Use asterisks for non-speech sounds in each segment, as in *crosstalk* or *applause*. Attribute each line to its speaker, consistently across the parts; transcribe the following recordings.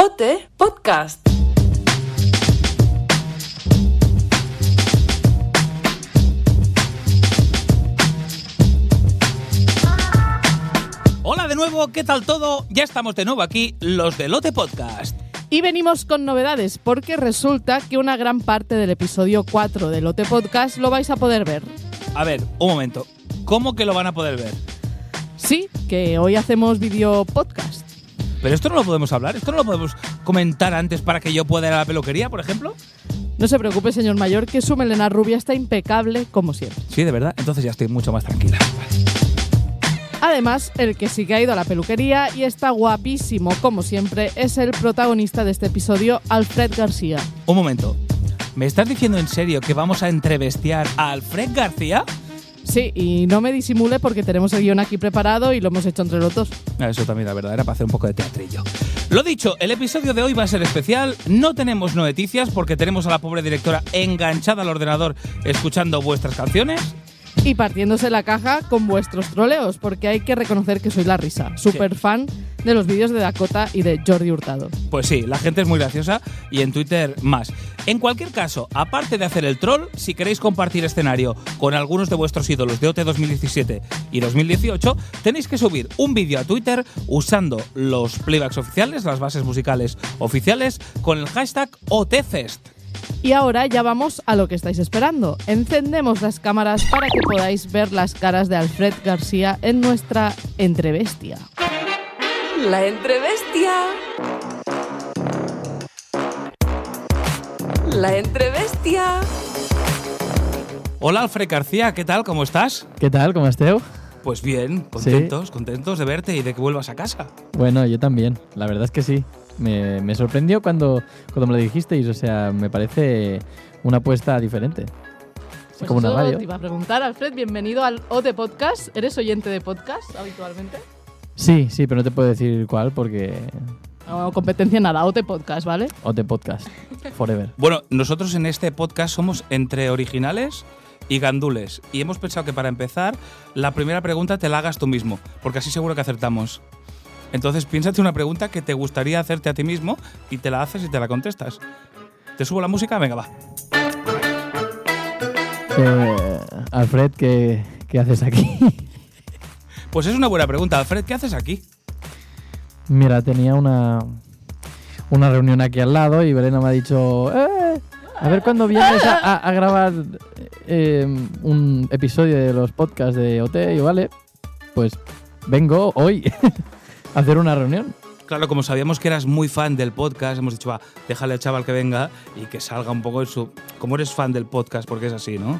Speaker 1: Debate Podcast.
Speaker 2: Hola de nuevo, ¿qué tal todo? Ya estamos de nuevo aquí, los de Lote Podcast.
Speaker 3: Y venimos con novedades, porque resulta que una gran parte del episodio 4 de Lote Podcast lo vais a poder ver.
Speaker 2: A ver, un momento, ¿cómo que lo van a poder ver?
Speaker 3: Sí, que hoy hacemos video podcast.
Speaker 2: Pero esto no lo podemos hablar, esto no lo podemos comentar antes para que yo pueda ir a la peluquería, por ejemplo.
Speaker 3: No se preocupe, señor mayor, que su melena rubia está impecable como siempre.
Speaker 2: Sí, de verdad, entonces ya estoy mucho más tranquila.
Speaker 3: Además, el que sí que ha ido a la peluquería y está guapísimo como siempre es el protagonista de este episodio, Alfred García.
Speaker 2: Un momento, ¿me estás diciendo en serio que vamos a entrevestiar a Alfred García?
Speaker 3: Sí, y no me disimule porque tenemos el guión aquí preparado y lo hemos hecho entre los dos.
Speaker 2: Ah, Eso también, la verdad, era para hacer un poco de teatrillo. Lo dicho, el episodio de hoy va a ser especial. No tenemos noticias porque tenemos a la pobre directora enganchada al ordenador escuchando vuestras canciones.
Speaker 3: Y partiéndose la caja con vuestros troleos, porque hay que reconocer que soy la risa, súper fan de los vídeos de Dakota y de Jordi Hurtado.
Speaker 2: Pues sí, la gente es muy graciosa y en Twitter más. En cualquier caso, aparte de hacer el troll, si queréis compartir escenario con algunos de vuestros ídolos de OT 2017 y 2018, tenéis que subir un vídeo a Twitter usando los playbacks oficiales, las bases musicales oficiales, con el hashtag OTFest.
Speaker 3: Y ahora ya vamos a lo que estáis esperando. Encendemos las cámaras para que podáis ver las caras de Alfred García en nuestra entrebestia.
Speaker 1: La Entrebestia. La Entrebestia.
Speaker 2: Hola Alfred García, ¿qué tal? ¿Cómo estás?
Speaker 4: ¿Qué tal? ¿Cómo esteu?
Speaker 2: Pues bien, contentos, contentos de verte y de que vuelvas a casa.
Speaker 4: Bueno, yo también. La verdad es que sí. Me, me sorprendió cuando, cuando me lo dijisteis. O sea, me parece una apuesta diferente.
Speaker 3: Pues
Speaker 4: Como una
Speaker 3: eso
Speaker 4: radio.
Speaker 3: Te iba a preguntar, Alfred, bienvenido al OT Podcast. ¿Eres oyente de podcast habitualmente?
Speaker 4: Sí, sí, pero no te puedo decir cuál porque...
Speaker 3: No, competencia nada, OT Podcast, ¿vale?
Speaker 4: O de podcast.
Speaker 3: *laughs*
Speaker 4: Forever.
Speaker 2: Bueno, nosotros en este podcast somos entre originales y gandules. Y hemos pensado que para empezar, la primera pregunta te la hagas tú mismo, porque así seguro que acertamos. Entonces, piénsate una pregunta que te gustaría hacerte a ti mismo y te la haces y te la contestas. ¿Te subo la música? Venga, va.
Speaker 4: Eh, Alfred, ¿qué, qué haces aquí?
Speaker 2: Pues es una buena pregunta, Alfred. ¿Qué haces aquí?
Speaker 4: Mira, tenía una, una reunión aquí al lado y Belena me ha dicho... "Eh, a ver cuándo vienes a, a- a grabar eh, un episodio de los podcasts de OT. Y yo, vale, pues vengo hoy *laughs* a hacer una reunión.
Speaker 2: Claro, como sabíamos que eras muy fan del podcast, hemos dicho, va, déjale al chaval que venga y que salga un poco de su. Como eres fan del podcast, porque es así, ¿no?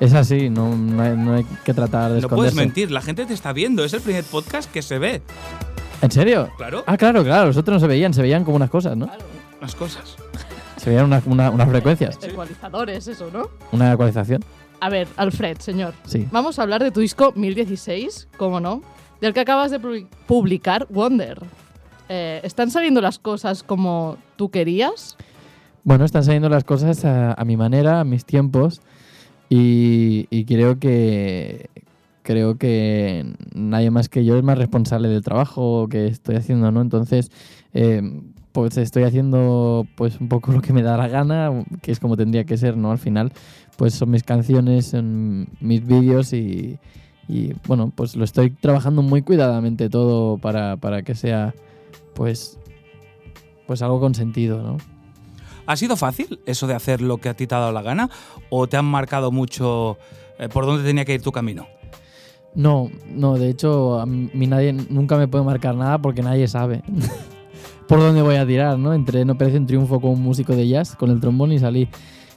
Speaker 4: Es así, no, no hay, no hay que tratar de
Speaker 2: No puedes
Speaker 4: esconderse.
Speaker 2: mentir, la gente te está viendo, es el primer podcast que se ve.
Speaker 4: ¿En serio?
Speaker 2: Claro,
Speaker 4: Ah, claro, claro, los otros no se veían, se veían como unas cosas, ¿no?
Speaker 2: las cosas.
Speaker 4: Se veían unas- una- unas frecuencias,
Speaker 3: Ecualizadores, eso, ¿no?
Speaker 4: una ecualización.
Speaker 3: A ver, Alfred, señor.
Speaker 4: Sí.
Speaker 3: Vamos a hablar de tu disco 1016, ¿cómo no? Del que acabas de publi- publicar, Wonder. Eh, ¿Están saliendo las cosas como tú querías?
Speaker 4: Bueno, están saliendo las cosas a, a mi manera, a mis tiempos. Y, y creo que. Creo que nadie más que yo es más responsable del trabajo que estoy haciendo, ¿no? Entonces, eh, pues estoy haciendo pues un poco *laughs* lo que me da la gana, que es como tendría que ser, ¿no? Al final, pues son mis canciones, son mis vídeos y, y, bueno, pues lo estoy trabajando muy cuidadamente todo para, para que sea, pues, pues algo con sentido, ¿no?
Speaker 2: ¿Ha sido fácil eso de hacer lo que a ti te ha dado la gana? ¿O te han marcado mucho eh, por dónde tenía que ir tu camino?
Speaker 4: No, no, de hecho, a mí nadie nunca me puede marcar nada porque nadie sabe *laughs* por dónde voy a tirar, ¿no? Entré en Operación Triunfo con un músico de jazz, con el trombón y salí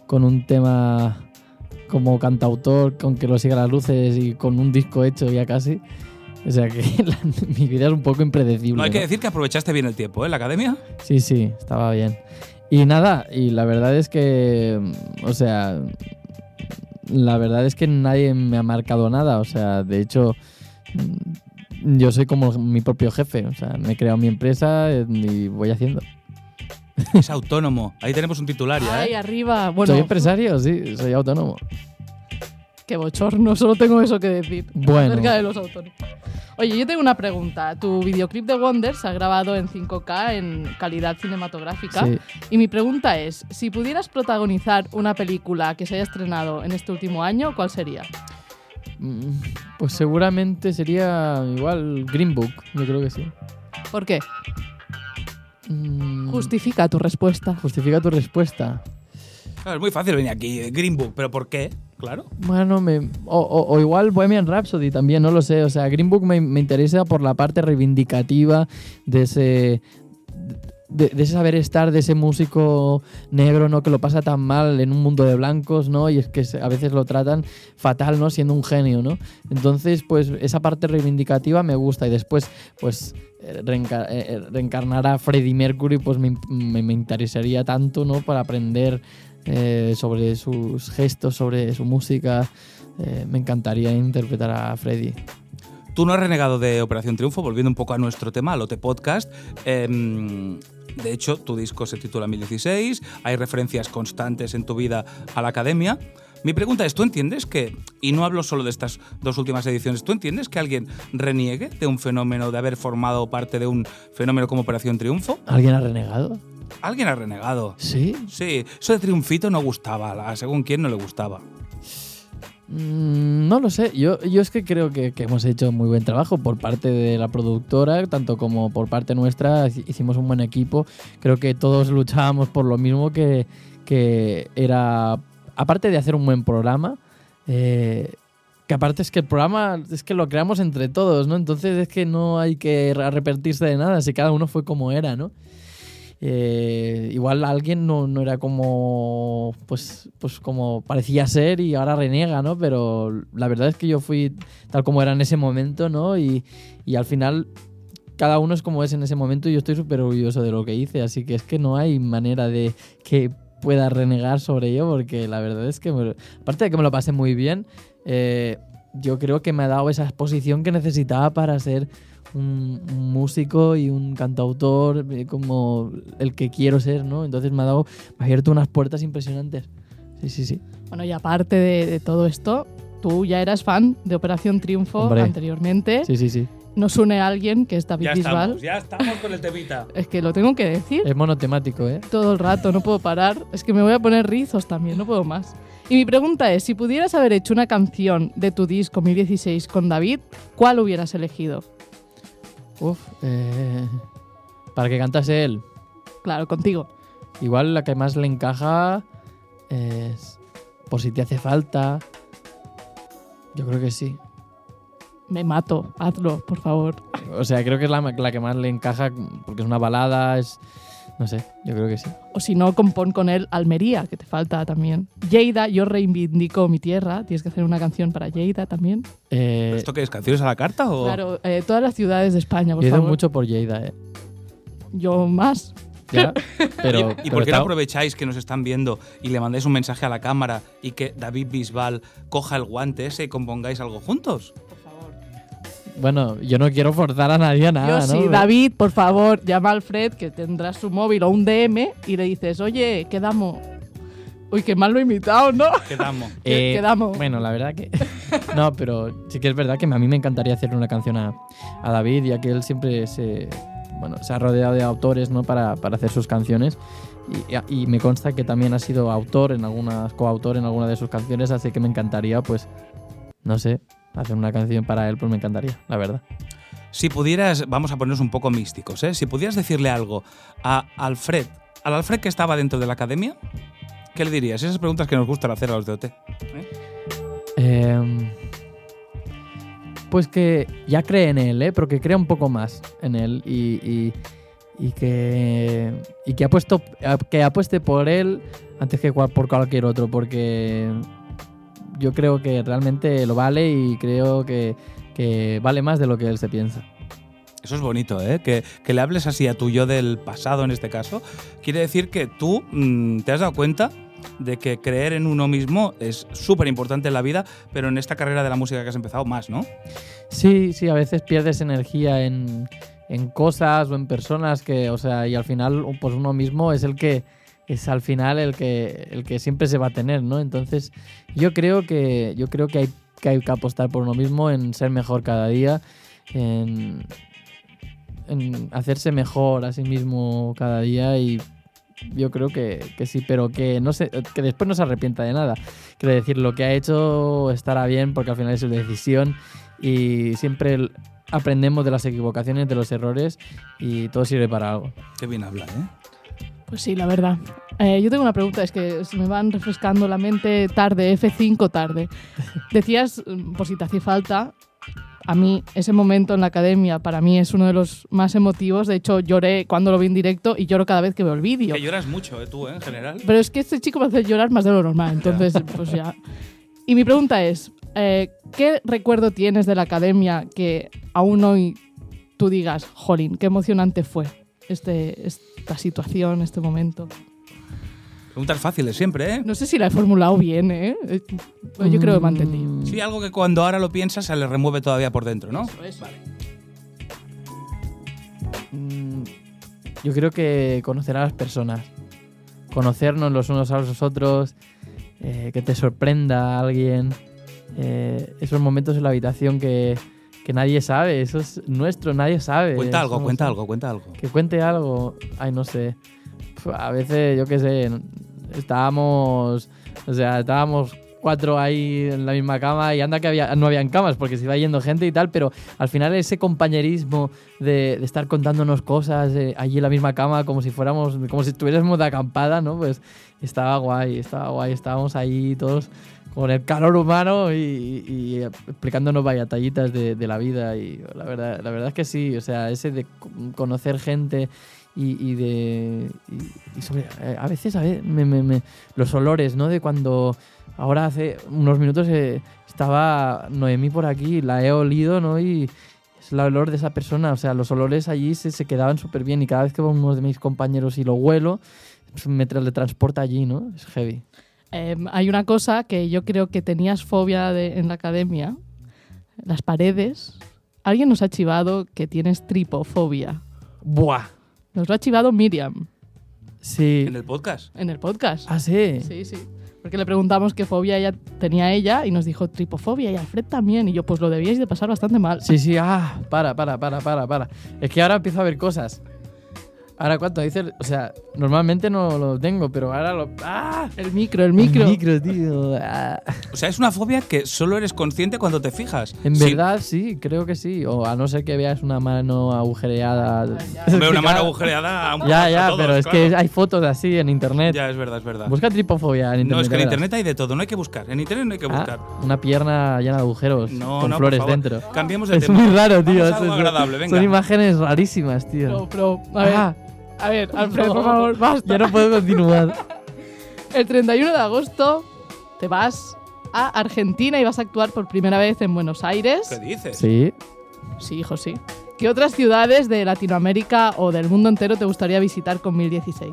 Speaker 4: con un tema como cantautor, con que lo siga las luces y con un disco hecho ya casi. O sea que *laughs* la- mi vida es un poco impredecible.
Speaker 2: No hay que
Speaker 4: ¿no?
Speaker 2: decir que aprovechaste bien el tiempo, ¿eh? La academia.
Speaker 4: Sí, sí, estaba bien. Y nada, y la verdad es que, mm, o sea, la verdad es que nadie me ha marcado nada, o sea, de hecho, mm, yo soy como mi propio jefe, o sea, me he creado mi empresa eh, y voy haciendo.
Speaker 2: Es autónomo. Ahí tenemos un titular ya,
Speaker 3: Ahí
Speaker 2: ¿eh?
Speaker 3: arriba, bueno,
Speaker 4: soy empresario, sí, soy autónomo.
Speaker 3: qué bochorno, solo tengo eso que decir
Speaker 4: Bueno.
Speaker 3: acerca de los autores. Oye, yo tengo una pregunta. Tu videoclip de Wonder se ha grabado en 5K en calidad cinematográfica.
Speaker 4: Sí.
Speaker 3: Y mi pregunta es, si pudieras protagonizar una película que se haya estrenado en este último año, ¿cuál sería?
Speaker 4: Mm, Pues seguramente sería igual Green Book, yo creo que sí.
Speaker 3: ¿Por qué?
Speaker 4: Mm,
Speaker 3: Justifica tu respuesta.
Speaker 4: Justifica tu respuesta.
Speaker 2: Claro, es muy fácil venir aquí, eh, Green Book, pero ¿por qué? Claro.
Speaker 4: Bueno, me, o, o- o igual Bohemian Rhapsody también, no lo sé. O sea, Green Book me, me interesa por la parte reivindicativa de ese, de, de ese saber estar, de ese músico negro, ¿no? Que lo pasa tan mal en un mundo de blancos, ¿no? Y es que se- a veces lo tratan fatal, ¿no? Siendo un genio, ¿no? Entonces, pues esa parte reivindicativa me gusta. Y después, pues eh, reenca- eh, eh, reencarnar a Freddie Mercury, pues me, me- me interesaría tanto, ¿no? Para aprender eh, sobre sus gestos, sobre su música. Eh, me encantaría interpretar a Freddie.
Speaker 2: Tú no has renegado de Operación Triunfo, volviendo un poco a nuestro tema, Lote Podcast. Em, de hecho, tu disco se titula 1016, hay referencias constantes en tu vida a la academia. Mi pregunta es, ¿tú entiendes que, y no hablo solo de estas dos últimas ediciones, ¿tú entiendes que alguien reniegue de un fenómeno, de haber formado parte de un fenómeno como Operación Triunfo?
Speaker 4: ¿Alguien ha renegado?
Speaker 2: Alguien ha renegado.
Speaker 4: Sí.
Speaker 2: Sí, eso de triunfito no gustaba, a según quién no le gustaba.
Speaker 4: Mm, No lo sé, yo, yo es que creo que, que hemos hecho muy buen trabajo por parte de la productora, tanto como por parte nuestra, hi- hicimos un buen equipo, creo que todos luchábamos por lo mismo que, que era, aparte de hacer un buen programa, eh, que aparte es que el programa es que lo creamos entre todos, ¿no? Entonces es que no hay que arrepentirse de nada, si cada uno fue como era, ¿no? Eh, igual alguien no, no era como pues, pues como parecía ser y ahora renega, ¿no? Pero la verdad es que yo fui tal como era en ese momento, ¿no? Y, y al final cada uno es como es en ese momento y yo estoy súper orgulloso de lo que hice, así que es que no hay manera de que pueda renegar sobre ello porque la verdad es que, me- aparte de que me lo pasé muy bien, eh, yo creo que me ha dado esa exposición que necesitaba para ser un, un músico y un cantautor eh, como el que quiero ser, ¿no? Entonces me ha dado, me ha abierto unas puertas impresionantes. Sí, sí, sí.
Speaker 3: Bueno, y aparte de, de todo esto, tú ya eras fan de Operación Triunfo
Speaker 4: Hombre.
Speaker 3: anteriormente.
Speaker 4: Sí, sí, sí.
Speaker 3: Nos une alguien, que es David Bisbal.
Speaker 2: ya estamos con el temita.
Speaker 3: Es que lo tengo que decir
Speaker 4: Es monotemático, ¿eh?
Speaker 3: todo el rato, no puedo parar. Es que me voy a poner rizos también, no puedo más. Y mi pregunta es, si pudieras haber hecho una canción de tu disco 2016 con David, ¿cuál hubieras elegido?
Speaker 4: Uf. eh, para que cantase él.
Speaker 3: Claro, contigo.
Speaker 4: Igual la que más le encaja es por si te hace falta. Yo creo que sí.
Speaker 3: Me mato, hazlo, por favor.
Speaker 4: O sea, creo que es la, la que más le encaja porque es una balada, es... No sé, yo creo que sí.
Speaker 3: O si no, compón con él Almería, que te falta también. Lleida, yo reivindico mi tierra. Tienes que hacer una canción para Lleida también.
Speaker 4: Eh,
Speaker 2: ¿Esto qué es? ¿Canciones a la carta o...?
Speaker 3: Claro, eh, todas las ciudades de España,
Speaker 4: yo
Speaker 3: por
Speaker 4: he ido
Speaker 3: favor.
Speaker 4: mucho por Lleida, ¿eh?
Speaker 3: Yo más.
Speaker 2: *laughs*
Speaker 4: Ya, pero,
Speaker 2: ¿Y
Speaker 4: pero
Speaker 2: por qué no
Speaker 4: está-
Speaker 2: aprovecháis que nos están viendo y le mandáis un mensaje a la cámara y que David Bisbal coja el guante ese y compongáis algo juntos?
Speaker 4: Bueno, yo no quiero forzar a nadie a nada,
Speaker 3: yo
Speaker 4: ¿no?
Speaker 3: sí,
Speaker 4: Pero-
Speaker 3: David, por favor, llama a Alfred, que tendrá su móvil o un DM, y le dices, oye, quedamos. Uy, qué mal lo he imitado, ¿no?
Speaker 2: Quedamos.
Speaker 3: que- que damos.
Speaker 4: Eh, Bueno, la verdad que... *laughs* no, pero sí que es verdad que a mí me encantaría hacer una canción a, a David, ya que él siempre se... Bueno, se ha rodeado de autores, ¿no? Para, para hacer sus canciones. Y- Y, y me consta que también ha sido autor en algunas... Coautor en alguna de sus canciones, así que me encantaría, pues... No sé, hacer una canción para él, pues me encantaría, la verdad.
Speaker 2: Si pudieras, vamos a ponernos un poco místicos, ¿eh? Si pudieras decirle algo a Alfred, al Alfred que estaba dentro de la academia, ¿qué le dirías? Esas preguntas que nos gustan hacer a los de OT.
Speaker 4: Em, pues que ya cree en él, ¿eh? pero que crea un poco más en él y, y- y que, y que, apuesto, que apueste por él antes que cual- por cualquier otro, porque yo creo que realmente lo vale y creo que, que vale más de lo que él se piensa.
Speaker 2: Eso es bonito, ¿eh? Que, que le hables así a tu yo del pasado en este caso. Quiere decir que tú mm, te has dado cuenta de que creer en uno mismo es súper importante en la vida, pero en esta carrera de la música que has empezado más, ¿no?
Speaker 4: Sí, sí, a veces pierdes energía en, en cosas o en personas que, o sea, y al final, pues uno mismo es el que es al final el que el que siempre se va a tener, ¿no? Entonces, yo creo que yo creo que hay que, hay que apostar por uno mismo en ser mejor cada día en, en hacerse mejor a sí mismo cada día y yo creo que, que sí, pero que no se, que después no se arrepienta de nada. Quiero decir, lo que ha hecho estará bien porque al final es su decisión y siempre el- aprendemos de las equivocaciones, de los errores y todo sirve para algo.
Speaker 2: Qué bien habla, ¿eh?
Speaker 3: Pues sí, la verdad. Eh, yo tengo una pregunta, es que se me van refrescando la mente tarde, F5 *laughs* tarde. Decías, mm, por si te hace falta, a mí ese momento en la academia para mí es uno de los más emotivos. De hecho, lloré cuando lo vi en directo y lloro cada vez que veo el vídeo.
Speaker 2: Que lloras mucho, ¿eh? Tú, ¿eh? En general.
Speaker 3: Pero es que este chico me hace llorar más de lo normal, entonces pues ya. Y mi pregunta es, eh, ¿qué recuerdo tienes de la academia que aún hoy tú digas, jolín, qué emocionante fue este, esta situación, este momento?
Speaker 2: Preguntas fáciles siempre, ¿eh?
Speaker 3: No sé si la he formulado bien, ¿eh? Eh, Yo creo que me ha entendido.
Speaker 2: Sí, algo que cuando ahora lo piensas se le remueve todavía por dentro, ¿no?
Speaker 4: Mm, Yo creo que conocer a las personas, conocernos los unos a los otros, eh, que te sorprenda alguien, eh, esos momentos en la habitación que, que nadie sabe, eso es nuestro, nadie sabe.
Speaker 2: Cuenta algo,
Speaker 4: Somos-
Speaker 2: cuenta algo, cuenta algo.
Speaker 4: Que cuente algo, ay, no sé. Pf, A veces, yo qué sé, estábamos, o sea, estábamos cuatro ahí en la misma cama y anda que había, no habían camas porque se iba yendo gente y tal, pero al final ese compañerismo de, de estar contándonos cosas eh, allí en la misma cama como si fuéramos, como si estuviésemos de acampada, ¿no? Pues estaba guay, estaba guay, estábamos ahí todos con el calor humano y, y- y explicándonos batallitas de, de la vida y la verdad, la verdad es que sí, o sea, ese de co- conocer gente y, y de y, y sobre eh, a veces a ver, me- me- me- los olores, ¿no? De cuando ahora hace unos minutos eh, estaba Noemí por aquí, la he olido, ¿no? Y es el olor de esa persona, o sea, los olores allí se, se quedaban súper bien y cada vez que veo a uno de mis compañeros y lo huelo, pues me tra- le transporta allí, ¿no? Es heavy.
Speaker 3: Eh, hay una cosa que yo creo que tenías fobia de- en la academia, las paredes. Alguien nos ha chivado que tienes tripofobia.
Speaker 4: Buah.
Speaker 3: Nos lo ha chivado Miriam
Speaker 4: Sí.
Speaker 2: En el podcast.
Speaker 3: en el podcast.
Speaker 4: Ah, sí.
Speaker 3: Sí, sí. Porque le preguntamos qué fobia ella tenía ella y nos dijo tripofobia y Alfred también. Y yo, pues lo debíais de pasar bastante mal.
Speaker 4: Sí, sí, ah, para, para, para, para, para. Es que ahora empiezo a ver cosas. Ahora cuánto dices, o sea, normalmente no lo tengo, pero ahora lo ah,
Speaker 3: El micro, el micro.
Speaker 4: micro, tío. ah.
Speaker 2: O sea, es una fobia que solo eres consciente cuando te fijas.
Speaker 4: *laughs* En
Speaker 2: Sí.
Speaker 4: verdad sí, creo que sí, o a no ser que veas una mano agujereada. *laughs*
Speaker 2: Hombre, una mano
Speaker 4: Claro.
Speaker 2: agujereada. a un
Speaker 4: Ya,
Speaker 2: paso
Speaker 4: ya,
Speaker 2: todos,
Speaker 4: pero es
Speaker 2: claro.
Speaker 4: que hay fotos así en internet.
Speaker 2: Ya, es verdad, es verdad.
Speaker 4: Busca tripofobia en internet.
Speaker 2: No, es que en
Speaker 4: verás.
Speaker 2: internet hay de todo, no hay que buscar. En internet no hay que buscar.
Speaker 4: Ah, una pierna llena de agujeros
Speaker 2: No,
Speaker 4: con
Speaker 2: no, por
Speaker 4: flores
Speaker 2: favor.
Speaker 4: dentro.
Speaker 2: Cambiemos de
Speaker 4: Es
Speaker 2: tema.
Speaker 4: muy raro, tío.
Speaker 2: Vamos a
Speaker 4: eso
Speaker 2: algo
Speaker 4: es-
Speaker 2: agradable, venga.
Speaker 4: Son imágenes rarísimas, tío.
Speaker 3: Pro, pro. A ver,
Speaker 4: Ah,
Speaker 3: a ver, Alfred,
Speaker 4: no,
Speaker 3: por favor, basta.
Speaker 4: Ya no puedo continuar.
Speaker 3: El 31 de agosto te vas a Argentina y vas a actuar por primera vez en Buenos
Speaker 2: ¿Qué
Speaker 3: Aires.
Speaker 2: dices?
Speaker 4: *laughs* Sí.
Speaker 3: Sí, hijo, sí. ¿Qué otras ciudades de Latinoamérica o del mundo entero te gustaría visitar con 1016?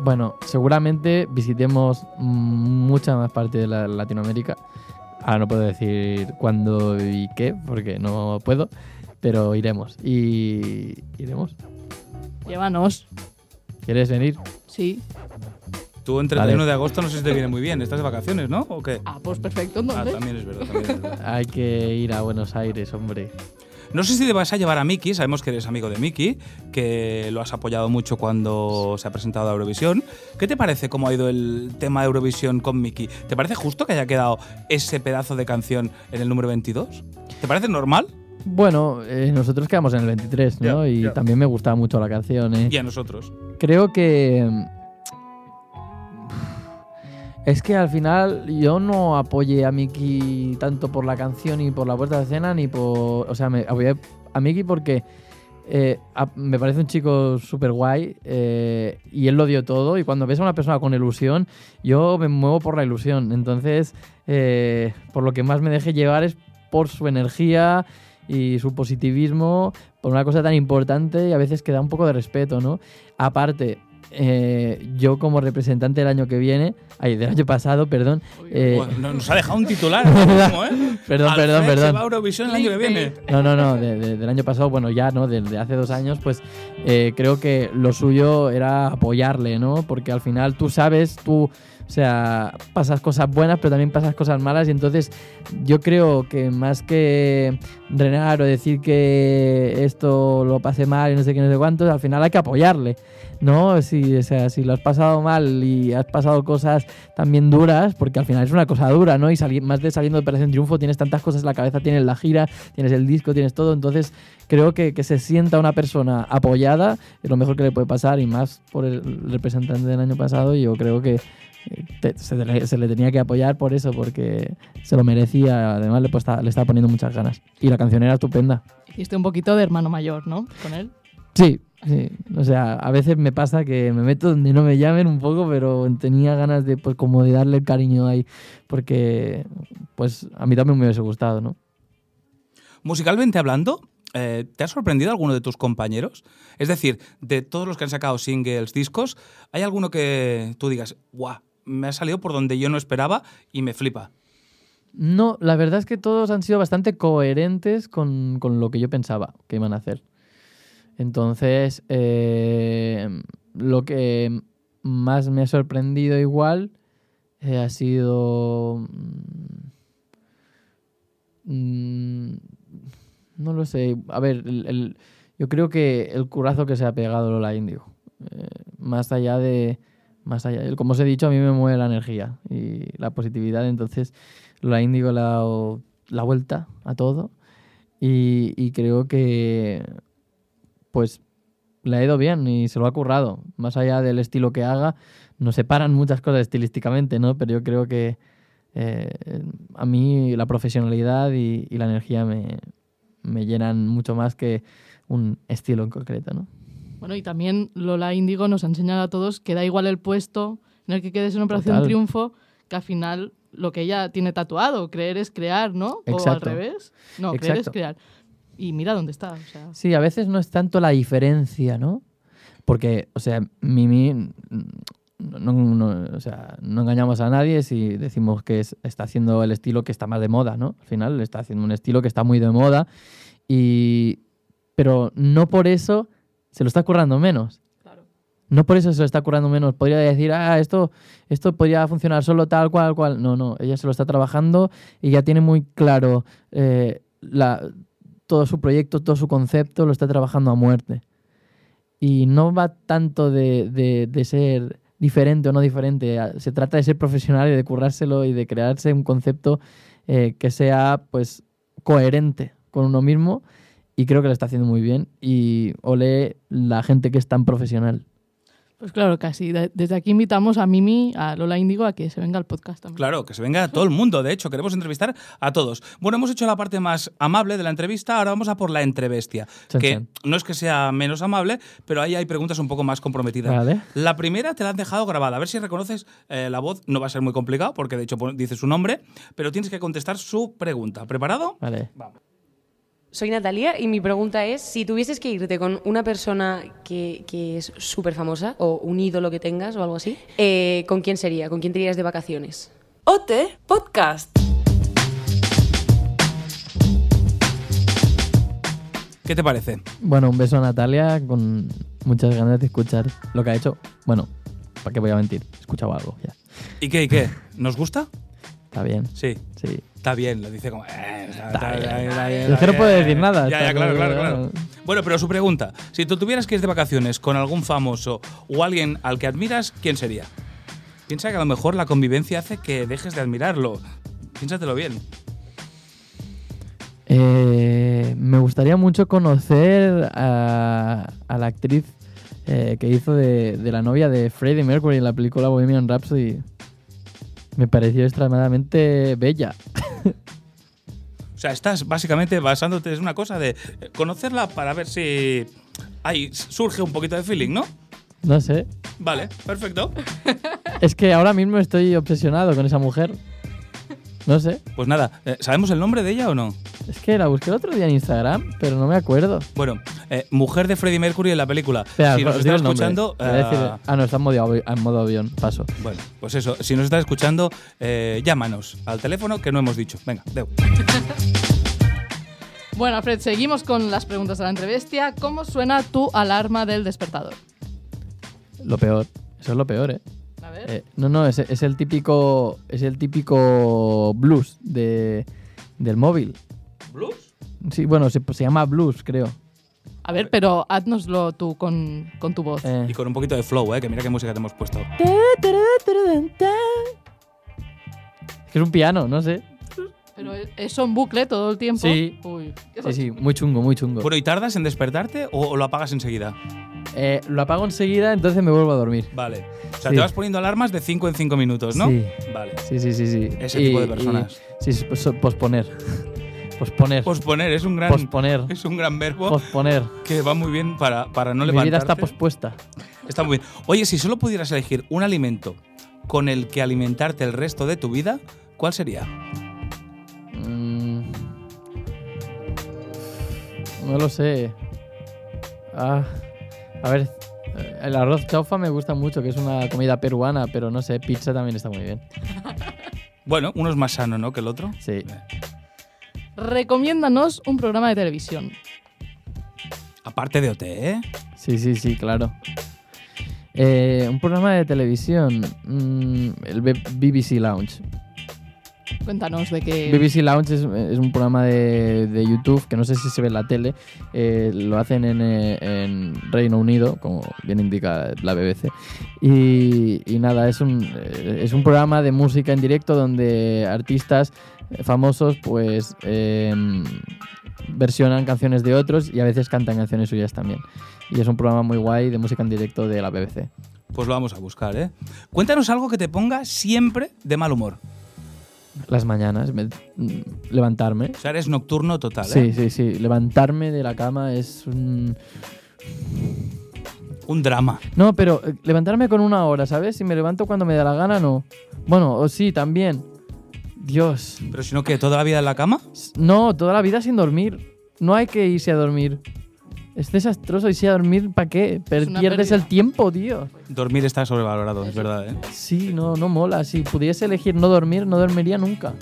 Speaker 4: Bueno, seguramente visitemos mm, mucha más parte de la- Latinoamérica. Ahora no puedo decir cuándo y qué, porque no puedo, pero iremos. Y iremos.
Speaker 3: Llévanos.
Speaker 4: ¿Quieres venir?
Speaker 3: Sí.
Speaker 2: Tú entre el 31 de agosto no sé si te viene muy bien. Estás de vacaciones, ¿no? ¿O qué?
Speaker 3: Ah, pues perfecto,
Speaker 2: Ah,
Speaker 3: entonces.
Speaker 2: también es verdad, también es verdad.
Speaker 4: Hay que ir a Buenos Aires, hombre.
Speaker 2: No sé si te vas a llevar a Miki, sabemos que eres amigo de Miki, que lo has apoyado mucho cuando se ha presentado a Eurovisión. ¿Qué te parece cómo ha ido el tema de Eurovisión con Miki? ¿Te parece justo que haya quedado ese pedazo de canción en el número 22? ¿Te parece normal?
Speaker 4: Bueno, eh, nosotros quedamos en el 23, ¿no?
Speaker 2: Ya,
Speaker 4: y
Speaker 2: ya.
Speaker 4: también me gustaba mucho la canción, ¿eh?
Speaker 2: Y a nosotros.
Speaker 4: Creo que. mm, Es que al final yo no apoyé a Miki tanto por la canción y por la puerta de escena, ni por. O sea, me apoyé a Miki porque eh, a- me parece un chico súper guay y él lo dio todo. Y cuando ves a una persona con ilusión, yo me muevo por la ilusión. Entonces, eh, por lo que más me dejé llevar es por su energía y su positivismo, por una cosa tan importante y a veces que da un poco de respeto, ¿no? Aparte, eh, yo como representante del año que viene, ay, del año pasado, perdón, eh,
Speaker 2: Bueno, no- nos ha dejado un
Speaker 4: *laughs*
Speaker 2: titular. ahora mismo, ¿eh?
Speaker 4: Perdón,
Speaker 2: Alfred
Speaker 4: perdón,
Speaker 2: se
Speaker 4: perdón.
Speaker 2: va a Eurovisión el año que viene.
Speaker 4: *laughs* no, no, no, de- de- del año pasado, bueno, ya, ¿no? Desde hace dos años, pues eh, creo que lo suyo era apoyarle, ¿no? Porque al final tú sabes, tú O sea, pasas cosas buenas, pero también pasas cosas malas. Y entonces yo creo que más que drenar o decir que esto lo pasé mal y no sé qué, no sé cuántos, al final hay que apoyarle. ¿No? Si, o sea, si lo has pasado mal y has pasado cosas también duras, porque al final es una cosa dura, ¿no? Y sali- más de saliendo de Operación Triunfo tienes tantas cosas en la cabeza, tienes la gira, tienes el disco, tienes todo. Entonces creo que, que se sienta una persona apoyada es lo mejor que le puede pasar y más por el representante del año pasado. y Yo creo que eh, te- se, le, se le tenía que apoyar por eso, porque se lo merecía. Además, le, posta- le estaba poniendo muchas ganas. Y la canción era estupenda.
Speaker 3: Hiciste un poquito de hermano mayor, ¿no? Con él.
Speaker 4: Sí, sí. O sea, a veces me pasa que me meto donde no me llamen un poco, pero tenía ganas de, pues, como de darle el cariño ahí, porque, pues, a mí también me hubiese gustado, ¿no?
Speaker 2: Musicalmente hablando, eh, ¿te ha sorprendido alguno de tus compañeros? Es decir, de todos los que han sacado singles, discos, ¿hay alguno que tú digas, guau, me ha salido por donde yo no esperaba y me flipa?
Speaker 4: No, la verdad es que todos han sido bastante coherentes con, con lo que yo pensaba que iban a hacer. Entonces, eh, lo que más me ha sorprendido igual eh, ha sido... mm, mm, no lo sé. A ver, el- el- yo creo que el curazo que se ha pegado Lola Indio. eh, más allá de... Más allá, de- como os he dicho, a mí me mueve la energía y la positividad, entonces la Índigo le ha dado la vuelta a todo y, y creo que pues le ha ido bien y se lo ha currado. Más allá del estilo que haga, nos separan muchas cosas estilísticamente, ¿no? Pero yo creo que eh, a mí la profesionalidad y, y la energía me, me llenan mucho más que un estilo en concreto, ¿no?
Speaker 3: Bueno, y también Lola Índigo nos ha enseñado a todos que da igual el puesto en el que quedes en Operación
Speaker 4: Total.
Speaker 3: Triunfo, que al final lo que ella tiene tatuado, creer es crear, ¿no? O al
Speaker 4: Exacto.
Speaker 3: revés. No, creer es
Speaker 4: Exacto.
Speaker 3: crear. Y mira dónde está. o sea.
Speaker 4: Sí, a veces no es tanto la diferencia, ¿no? Porque, o sea, Mimi, mm, no, no- o sea, no engañamos a nadie si decimos que es- está haciendo el estilo que está más de moda, ¿no? Al final está haciendo un estilo que está muy de moda, y, pero no por eso se lo está currando menos. No por eso se lo está currando menos. Podría decir, ah, esto, esto podría funcionar solo tal, cual, cual. No, no, ella se lo está trabajando y ya tiene muy claro eh, la, todo su proyecto, todo su concepto, lo está trabajando a muerte. Y no va tanto de, de- de ser diferente o no diferente, a- se trata de ser profesional y de currárselo y de crearse un concepto eh, que sea pues coherente con uno mismo y creo que lo está haciendo muy bien y ole la gente que es tan profesional.
Speaker 3: Pues claro, casi. De- Desde aquí invitamos a Mimi, a Lola Índigo, a que se venga al podcast también.
Speaker 2: Claro, que se venga todo el mundo, de hecho, queremos entrevistar a todos. Bueno, hemos hecho la parte más amable de la entrevista, ahora vamos a por la entrebestia,
Speaker 4: Chan,
Speaker 2: que
Speaker 4: chan.
Speaker 2: no es que sea menos amable, pero ahí hay preguntas un poco más comprometidas.
Speaker 4: Vale.
Speaker 2: La primera te la han dejado grabada. A ver si reconoces eh, la voz. No va a ser muy complicado porque de hecho pon- dice su nombre, pero tienes que contestar su pregunta. ¿Preparado?
Speaker 4: Vale.
Speaker 5: Soy Natalia y mi pregunta es, si tuvieses que irte con una persona que, que es súper famosa o un ídolo que tengas o algo así, eh, ¿con quién sería? ¿Con quién te irías de vacaciones?
Speaker 1: OT Podcast.
Speaker 2: ¿Qué te parece?
Speaker 4: Bueno, un beso a Natalia con muchas ganas de escuchar lo que ha hecho. Bueno, ¿para qué voy a mentir? He escuchado algo ya.
Speaker 2: ¿Y qué? ¿Y qué? ¿Nos gusta?
Speaker 4: Está bien.
Speaker 2: Sí.
Speaker 4: Sí.
Speaker 2: Está bien, lo dice como. eh, está,
Speaker 4: Está bien.
Speaker 2: bien,
Speaker 4: Es que no
Speaker 2: está
Speaker 4: puede
Speaker 2: bien.
Speaker 4: decir nada,
Speaker 2: Ya,
Speaker 4: está
Speaker 2: ya, claro,
Speaker 4: bien,
Speaker 2: claro,
Speaker 4: ya.
Speaker 2: claro. Bueno, pero su pregunta: si tú tuvieras que ir de vacaciones con algún famoso o alguien al que admiras, ¿quién sería? Piensa que a lo mejor la convivencia hace que dejes de admirarlo. Piénsatelo bien.
Speaker 4: Eh, me gustaría mucho conocer a, a la actriz eh, que hizo de, de la novia de Freddie Mercury en la película Bohemian Rhapsody. Me pareció extremadamente bella.
Speaker 2: O sea, estás básicamente basándote en una cosa de eh, conocerla para ver si ahí surge un poquito de feeling, ¿no?
Speaker 4: No sé.
Speaker 2: Vale, perfecto.
Speaker 4: Es que ahora mismo estoy obsesionado con esa mujer. No sé.
Speaker 2: Pues nada, eh, ¿sabemos el nombre de ella o no?
Speaker 4: Es que la busqué el otro día en Instagram, pero no me acuerdo.
Speaker 2: Bueno, eh, mujer de Freddie Mercury en la película.
Speaker 4: Espera,
Speaker 2: si nos
Speaker 4: os digo
Speaker 2: está
Speaker 4: el nombre.
Speaker 2: escuchando.
Speaker 4: Te voy a decir-
Speaker 2: ah,
Speaker 4: ah, no, está en modo, avi- en modo avión. Paso.
Speaker 2: bueno, pues eso, si nos está escuchando, eh, llámanos al teléfono que no hemos dicho. Venga, Deu.
Speaker 4: Eh.
Speaker 3: Bueno, Fred, seguimos con las preguntas de la entrevestia. ¿Cómo suena tu alarma del despertador?
Speaker 4: Lo peor. Eso es lo peor, ¿eh?
Speaker 3: A ver. ver.
Speaker 4: Eh, no, no, es, es el típico. Es el típico blues de, del móvil.
Speaker 2: ¿Blues?
Speaker 4: Sí, bueno, se, se llama blues, creo.
Speaker 3: A ver, pero haznoslo tú con, con tu voz.
Speaker 4: Eh,
Speaker 2: Y con un poquito de flow, ¿eh? Que mira qué música te hemos puesto.
Speaker 4: es que es un piano, no sé.
Speaker 3: Pero eso en bucle todo el tiempo.
Speaker 4: Sí.
Speaker 3: Uy, qué
Speaker 4: Sí, sí, muy chungo, muy chungo.
Speaker 2: Bueno, ¿y tardas en despertarte o o lo apagas enseguida?
Speaker 4: Eh, lo apago enseguida, entonces me vuelvo a dormir.
Speaker 2: Vale. O sea,
Speaker 4: Sí.
Speaker 2: te vas poniendo alarmas de 5 en 5 minutos, ¿no?
Speaker 4: Sí.
Speaker 2: Vale.
Speaker 4: Sí, sí, sí, sí.
Speaker 2: Ese tipo de personas.
Speaker 4: y- sí, sí, pos- posponer. *laughs* posponer.
Speaker 2: Posponer es un gran,
Speaker 4: posponer.
Speaker 2: es un gran verbo
Speaker 4: Posponer.
Speaker 2: que va muy bien para, para no
Speaker 4: Mi vida
Speaker 2: levantarte.
Speaker 4: está pospuesta.
Speaker 2: Está muy bien. Oye, si solo pudieras elegir un alimento con el que alimentarte el resto de tu vida, ¿cuál sería?
Speaker 4: Mm. No lo sé. Ah, a ver, eh, el arroz chaufa me gusta mucho, que es una comida peruana, pero no sé, pizza también está muy bien.
Speaker 2: Bueno, uno es más sano, ¿no? Que el otro. Eh,
Speaker 4: Sí.
Speaker 3: Recomiéndanos un programa de televisión.
Speaker 2: Aparte de OT, ¿eh?
Speaker 4: Sí, sí, sí, claro. Eh, un programa de televisión, mm, el B- BBC Lounge.
Speaker 3: Cuéntanos de qué.
Speaker 4: BBC Lounge es, es un programa de, de YouTube que no sé si se ve en la tele. eh, lo hacen en, eh, en Reino Unido, como bien indica la BBC. Y, y nada, es un, eh, es un programa de música en directo donde artistas eh, famosos pues eh, versionan canciones de otros y a veces cantan canciones suyas también. Y es un programa muy guay de música en directo de la BBC.
Speaker 2: Pues lo vamos a buscar, ¿eh? Cuéntanos algo que te ponga siempre de mal humor.
Speaker 4: Las mañanas, me- mm, levantarme.
Speaker 2: O sea, eres nocturno total, ¿eh?
Speaker 4: Sí, sí, sí. Levantarme de la cama es un...
Speaker 2: Un drama.
Speaker 4: No, pero eh, levantarme con una hora, ¿sabes? Si me levanto cuando me da la gana, no. Bueno, o sí, también. Dios.
Speaker 2: Pero si no, que toda la vida en la cama.
Speaker 4: S- No, toda la vida sin dormir. No hay que irse a dormir. Es desastroso irse a dormir, ¿para qué? Per-
Speaker 3: una
Speaker 4: pierdes
Speaker 3: pérdida.
Speaker 4: el tiempo, tío.
Speaker 2: Dormir está sobrevalorado, es verdad, ¿eh?
Speaker 4: Sí, no, no mola. Si pudiese elegir no dormir, no dormiría nunca.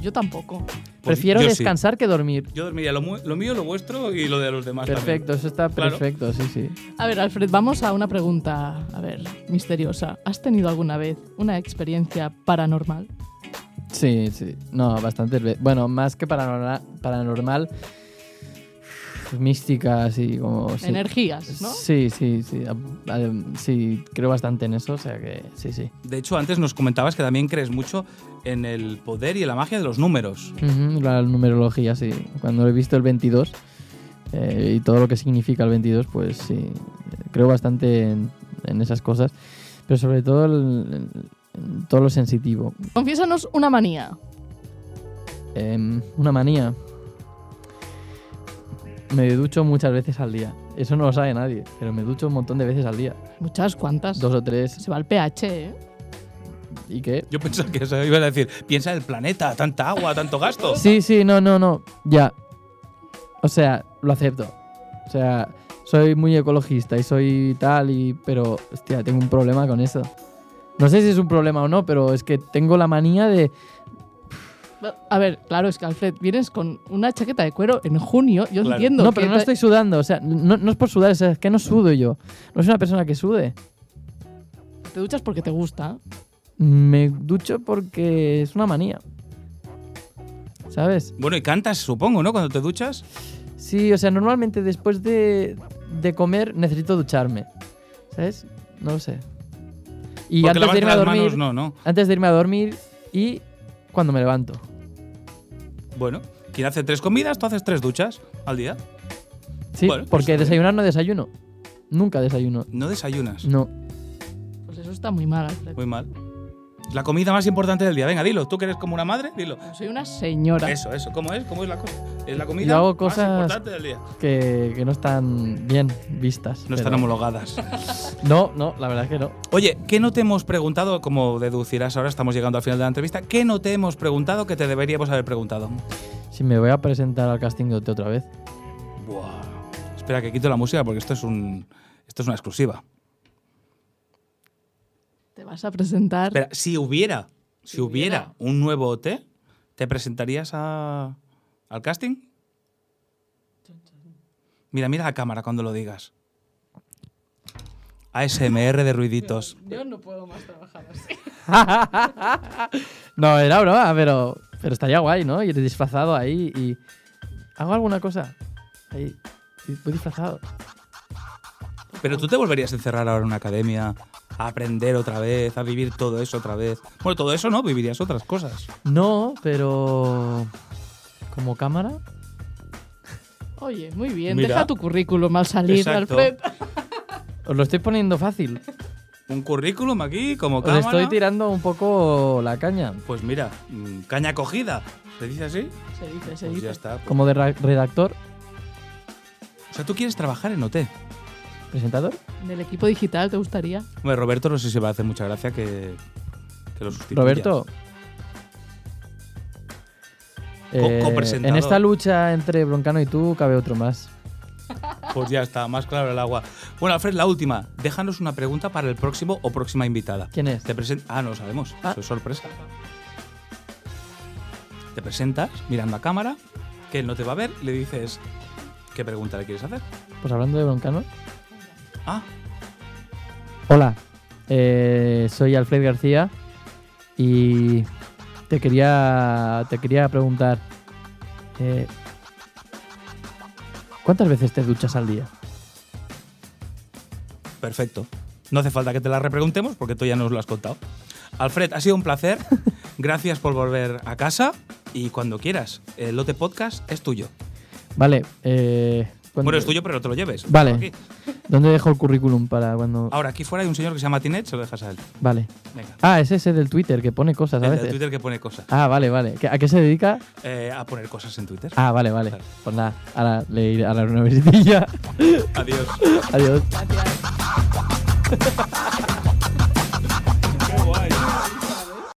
Speaker 3: Yo tampoco.
Speaker 2: Pues
Speaker 4: Prefiero
Speaker 2: yo sí.
Speaker 4: descansar que dormir.
Speaker 2: Yo dormiría lo, mu- lo mío, lo vuestro y lo de los demás. también.
Speaker 4: Perfecto, eso está
Speaker 2: Claro.
Speaker 4: perfecto, sí, sí.
Speaker 3: A ver, Alfred, vamos a una pregunta, a ver, misteriosa. ¿Has tenido alguna vez una experiencia paranormal?
Speaker 4: Sí, sí. No, bastante. Bueno, más que paranormal, paranormal mística, así como... sí.
Speaker 3: Energías, ¿no?
Speaker 4: Sí, sí, sí. A- a- Sí, creo bastante en eso, o sea que sí, sí.
Speaker 2: De hecho, antes nos comentabas que también crees mucho en el poder y en la magia de los números.
Speaker 4: Ujú, la numerología, sí. Cuando he visto el 22 eh, y todo lo que significa el 22, pues sí, creo bastante en, en esas cosas. Pero sobre todo el- en todo lo sensitivo.
Speaker 3: Confiésanos una manía.
Speaker 4: Em, una manía. Me ducho muchas veces al día. Eso no lo sabe nadie, pero me ducho un montón de veces al día.
Speaker 3: Muchas, ¿cuántas?
Speaker 4: Dos o tres.
Speaker 3: Se va al pH, ¿eh?
Speaker 4: ¿Y qué?
Speaker 2: Yo pensaba que eso iba a decir, piensa en el planeta, tanta agua, tanto gasto.
Speaker 4: Sí, sí, no, no, no. Ya. O sea, lo acepto. O sea, soy muy ecologista y soy tal y... Pero, hostia, tengo un problema con eso. No sé si es un problema o no, pero es que tengo la manía de...
Speaker 3: A ver, claro, es que Alfred, vienes con una chaqueta de cuero en junio. Yo
Speaker 2: Claro.
Speaker 3: entiendo
Speaker 4: No,
Speaker 3: que
Speaker 4: pero no
Speaker 3: te-
Speaker 4: estoy sudando. O sea, no, no es por sudar, o sea, es que no sudo yo. No soy una persona que sude.
Speaker 3: te duchas porque te gusta.
Speaker 4: Me ducho porque es una manía. ¿Sabes?
Speaker 2: Bueno, y cantas, supongo, ¿no? Cuando te duchas.
Speaker 4: Sí, o sea, normalmente después de, de comer necesito ducharme. ¿Sabes? No lo sé. Y
Speaker 2: Porque
Speaker 4: antes de
Speaker 2: lavarte
Speaker 4: irme a
Speaker 2: las
Speaker 4: dormir.
Speaker 2: manos, no, no.
Speaker 4: Antes de irme a dormir y cuando me levanto.
Speaker 2: Bueno, quien hace tres comidas, tú haces tres duchas al día.
Speaker 4: Sí,
Speaker 2: Bueno, pues
Speaker 4: porque
Speaker 2: está bien.
Speaker 4: desayunar no desayuno. Nunca desayuno.
Speaker 2: No desayunas.
Speaker 4: No.
Speaker 3: Pues eso está muy mal, Alfred.
Speaker 4: Pues
Speaker 2: Muy mal. La comida más importante del día. Venga, dilo. ¿Tú que eres como una madre? Dilo.
Speaker 3: Soy una señora.
Speaker 2: Eso, eso. ¿Cómo es? ¿Cómo es la cosa? Es la comida
Speaker 4: Yo hago
Speaker 2: más
Speaker 4: cosas-
Speaker 2: importante del día.
Speaker 4: Que, que no están bien vistas.
Speaker 2: No
Speaker 4: pero-
Speaker 2: están homologadas.
Speaker 4: No, no, la verdad es que no.
Speaker 2: Oye, ¿qué no te hemos preguntado? Como deducirás ahora, estamos llegando al final de la entrevista. ¿Qué no te hemos preguntado que te deberíamos haber preguntado?
Speaker 4: Si me voy a presentar al casting de OT otra vez.
Speaker 2: Buah. Espera que quito la música porque esto es un esto es una exclusiva.
Speaker 3: Te vas a presentar.
Speaker 2: Espera, si hubiera, si, hubiera, un nuevo OT, ¿te presentarías a- al casting? Mira, mira la cámara cuando lo digas. ASMR de ruiditos.
Speaker 3: Yo no puedo más trabajar así.
Speaker 4: *laughs* no, era broma, pero, pero estaría guay, ¿no? Ir disfrazado ahí y. ¿Hago alguna cosa? Ahí. y Voy disfrazado.
Speaker 2: Pero tú te volverías a encerrar ahora en una academia, a aprender otra vez, a vivir todo eso otra vez. Bueno, todo eso no, vivirías otras cosas.
Speaker 4: No, pero. ¿Como cámara?
Speaker 3: Oye, muy bien.
Speaker 2: Mira.
Speaker 3: Deja tu currículum al salir,
Speaker 2: Exacto. Pues
Speaker 3: Alfred.
Speaker 4: Os lo estoy poniendo fácil.
Speaker 2: Un currículum aquí, como
Speaker 4: Os
Speaker 2: cámara.
Speaker 4: estoy tirando un poco la caña.
Speaker 2: Pues mira, mm, caña cogida. ¿Se dice así?
Speaker 3: Se dice, se
Speaker 2: Pues
Speaker 3: dice.
Speaker 2: ya está. pues.
Speaker 4: Como de ra- redactor,
Speaker 2: O sea, tú quieres trabajar en OT.
Speaker 4: presentador.
Speaker 3: ¿Del equipo digital te gustaría?
Speaker 2: Hombre, Roberto, no sé si va a hacer mucha gracia que, que lo sustituya.
Speaker 4: Roberto. Eh,
Speaker 2: copresentador.
Speaker 4: en esta lucha entre Broncano y tú cabe otro más.
Speaker 2: Pues ya está, más claro el agua. Bueno, Alfred, la última. Déjanos una pregunta para el próximo o próxima invitada.
Speaker 4: ¿Quién es?
Speaker 2: Te presen- Ah, no lo sabemos.
Speaker 4: Ah.
Speaker 2: Eso es sorpresa. Te presentas mirando a cámara, que él no te va a ver, y le dices qué pregunta le quieres hacer.
Speaker 4: Pues hablando de Broncano.
Speaker 2: Ah,
Speaker 4: Hola, eh, soy Alfred García y te quería, te quería preguntar, eh, ¿cuántas veces te duchas al día?
Speaker 2: perfecto. No hace falta que te la repreguntemos porque tú ya nos lo has contado. Alfred, ha sido un
Speaker 4: *laughs*
Speaker 2: placer. Gracias por volver a casa y cuando quieras, el lote podcast es tuyo.
Speaker 4: Vale, eh, cuando-
Speaker 2: Bueno, es tuyo, pero no te lo lleves.
Speaker 4: Vale.
Speaker 2: Aquí.
Speaker 4: ¿Dónde dejo el currículum para cuando...?
Speaker 2: Ahora, aquí fuera hay un señor que se llama Tinet, se lo dejas a él.
Speaker 4: Vale.
Speaker 2: Venga.
Speaker 4: Ah, es ese del Twitter que pone cosas a
Speaker 2: El de
Speaker 4: veces.
Speaker 2: Twitter que pone cosas.
Speaker 4: Ah, vale, vale. ¿Qué- ¿A qué se dedica?
Speaker 2: Eh, a poner cosas en Twitter.
Speaker 4: Ah, vale, vale.
Speaker 2: Claro.
Speaker 4: Pues nada, ahora le iré a *laughs* la universidad.
Speaker 2: Adiós.
Speaker 4: Adiós.
Speaker 3: Gracias.